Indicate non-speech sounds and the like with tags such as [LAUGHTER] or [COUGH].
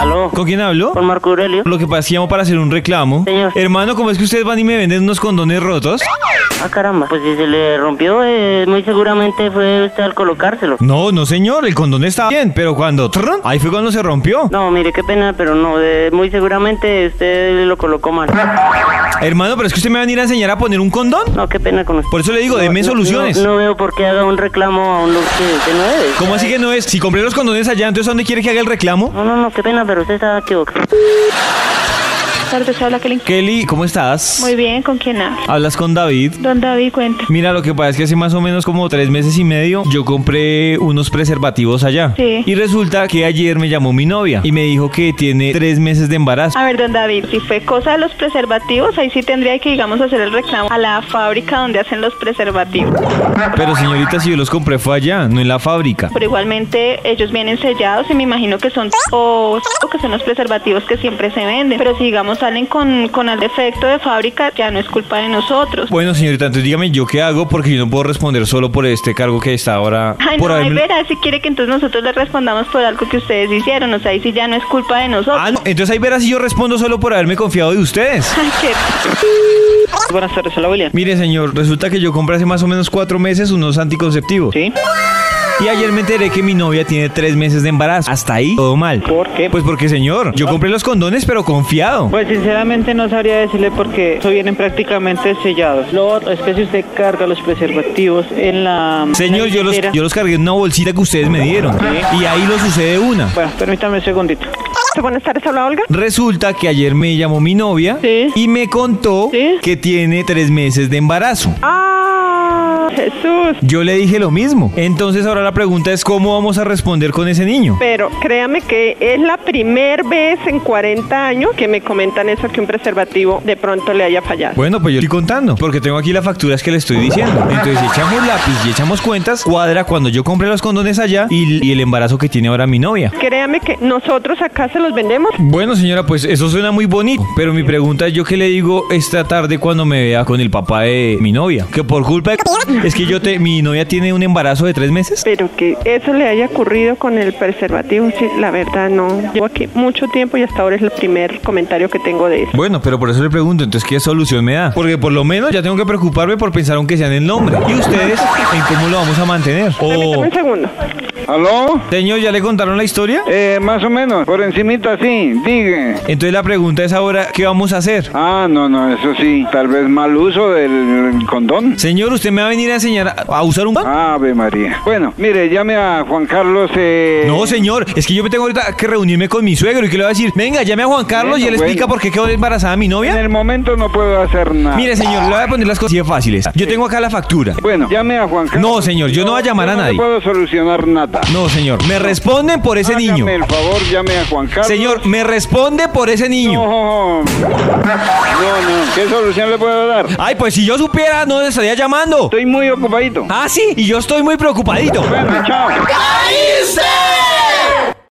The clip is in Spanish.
¿Aló? ¿Con quién hablo? ¿Con Marco Aurelio? Lo que pasíamos para hacer un reclamo. Señor. Hermano, ¿cómo es que ustedes van y me venden unos condones rotos? Ah, caramba. Pues si se le rompió, eh, muy seguramente fue usted al colocárselo. No, no señor, el condón está bien, pero cuando... trrrn, ahí fue cuando se rompió. No, mire, qué pena, pero no. eh, muy seguramente usted lo colocó mal. Hermano, pero es que usted me va a venir a enseñar a poner un condón. No, qué pena con usted. Por eso le digo, No, deme no- soluciones. No, no veo por qué haga un reclamo a un lugar que usted no debe. ¿Cómo así que no es? Si compré los condones allá, entonces ¿a ¿dónde quiere que haga el reclamo? No, no, no, qué pena, pero usted está equivocado. tardes, habla Kelly. Kelly, ¿cómo estás? Muy bien, ¿con quién hablo? Hablas con David. Don David, cuenta. Mira, lo que pasa es que hace más o menos como tres meses y medio yo compré unos preservativos allá. Sí. Y resulta que ayer me llamó mi novia y me dijo que tiene tres meses de embarazo. A ver, don David, si fue cosa de los preservativos, ahí sí tendría que, digamos, hacer el reclamo a la fábrica donde hacen los preservativos. Pero señorita, si yo los compré fue allá, no en la fábrica. Pero igualmente ellos vienen sellados y me imagino que son o, o que son los preservativos que siempre se venden. Pero si, digamos, salen con, con el defecto de fábrica, ya no es culpa de nosotros. Bueno, señorita, entonces dígame yo qué hago porque yo no puedo responder solo por este cargo que está ahora. Ay, por no, ay, haberme- verá, si quiere que entonces nosotros le respondamos por algo que ustedes hicieron, o sea, ahí sí ya no es culpa de nosotros. [LAUGHS] Ah, no, entonces ahí verás si yo respondo solo por haberme confiado de ustedes. Ay, qué Buenas tardes, hola, William. Mire, señor, resulta que yo compré hace más o menos cuatro meses unos anticonceptivos. ¿Sí? Y ayer me enteré que mi novia tiene tres meses de embarazo. Hasta ahí, todo mal. ¿Por qué? Pues porque, señor, yo compré los condones, pero confiado. Pues sinceramente no sabría decirle porque eso vienen prácticamente sellados. Lo otro es que si usted carga los preservativos en la... Señor, en la yo los, billetera- yo los cargué en una bolsita que ustedes me dieron. Y ahí lo sucede una. Bueno, permítame un segundito. Buenas tardes, habla Olga. Resulta que ayer me llamó mi novia Sí. y me contó Sí. que tiene tres meses de embarazo. Ah, Jesús. Yo le dije lo mismo. Entonces ahora la pregunta es cómo vamos a responder con ese niño. Pero créame que es la primera vez en 40 años que me comentan eso que un preservativo de pronto le haya fallado. Bueno, pues yo estoy contando, porque tengo aquí las facturas que le estoy diciendo. Entonces, si echamos lápiz y echamos cuentas, cuadra cuando yo compré los condones allá y, y el embarazo que tiene ahora mi novia. Créame que nosotros acá se los vendemos. Bueno, señora, pues eso suena muy bonito, pero mi pregunta es yo qué le digo esta tarde cuando me vea con el papá de mi novia, que por culpa de... Es que yo te... Mi novia tiene un embarazo de tres meses. Pero que eso le haya ocurrido con el preservativo, sí, la verdad no. Llevo aquí mucho tiempo y hasta ahora es el primer comentario que tengo de eso. Bueno, pero por eso le pregunto, entonces, ¿qué solución me da? Porque por lo menos ya tengo que preocuparme por pensar aunque sea en el nombre. ¿Y ustedes en cómo lo vamos a mantener? Permítame O... un segundo. ¿Aló? Señor, ¿ya le contaron la historia? Eh, más o menos, por encimita sí, diga. Entonces la pregunta es ahora, ¿qué vamos a hacer? Ah, no, no, eso sí, tal vez mal uso del condón. Señor, ¿usted me va a venir a enseñar a- a usar un... Ave María. Bueno, mire, llame a Juan Carlos. Eh... No, señor, es que yo me tengo ahorita que reunirme con mi suegro y que le voy a decir, venga, llame a Juan Carlos y Bueno, él explica bueno. por qué quedó embarazada mi En novia. el momento no puedo hacer nada. Mire, señor, le voy a poner las cosas así de fáciles. Yo tengo acá la factura. Bueno, llame a Juan Carlos. No, señor, yo no voy a llamar a no le nadie. puedo solucionar nada. No, señor, me responden por ese niño. Hágame el favor, llame a Juan Carlos. Señor, me responde por ese niño. No, no, no. ¿Qué solución le puedo dar? Ay, pues si yo supiera, no le estaría llamando. Estoy muy ocupadito. Ah, sí, y yo estoy muy preocupadito. Bueno, chao.